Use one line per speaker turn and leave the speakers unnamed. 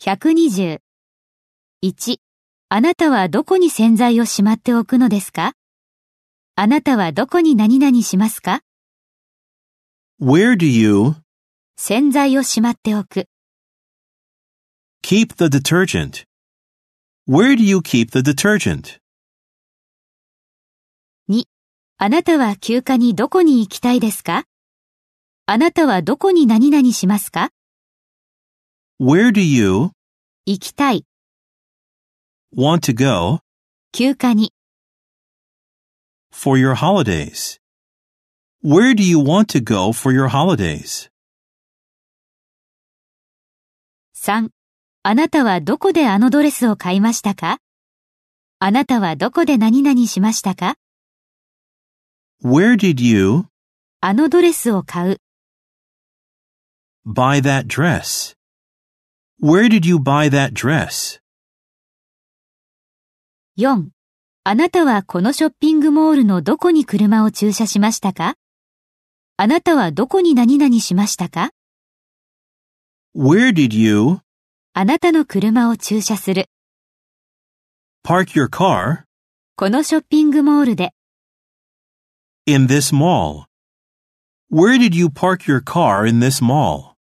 120。1. あなたはどこに洗剤をしまっておくのですかあなたはどこに何々しますか
Where do you
洗剤をしまっておく。
keep the detergent? Where do you keep the detergent?
あなたは休暇にどこに行きたいですかあなたはどこに何々しますか
Where do you
行きたい、
want to go
休暇に、
for your holidays? Where do you want to go for your holidays?
3. あなたはどこであのドレスを買いましたかあなたはどこで何々しましたか
Where did you
あのドレスを買う、
buy that dress? Where did you buy that dress?
4. あなたはこのショッピングモールのどこに車を駐車しましたかあなたはどこに何々しましたか
Where did you
あなたの車を駐車する、
park your car
このショッピングモールで、
in this mall? Where did you park your car in this mall?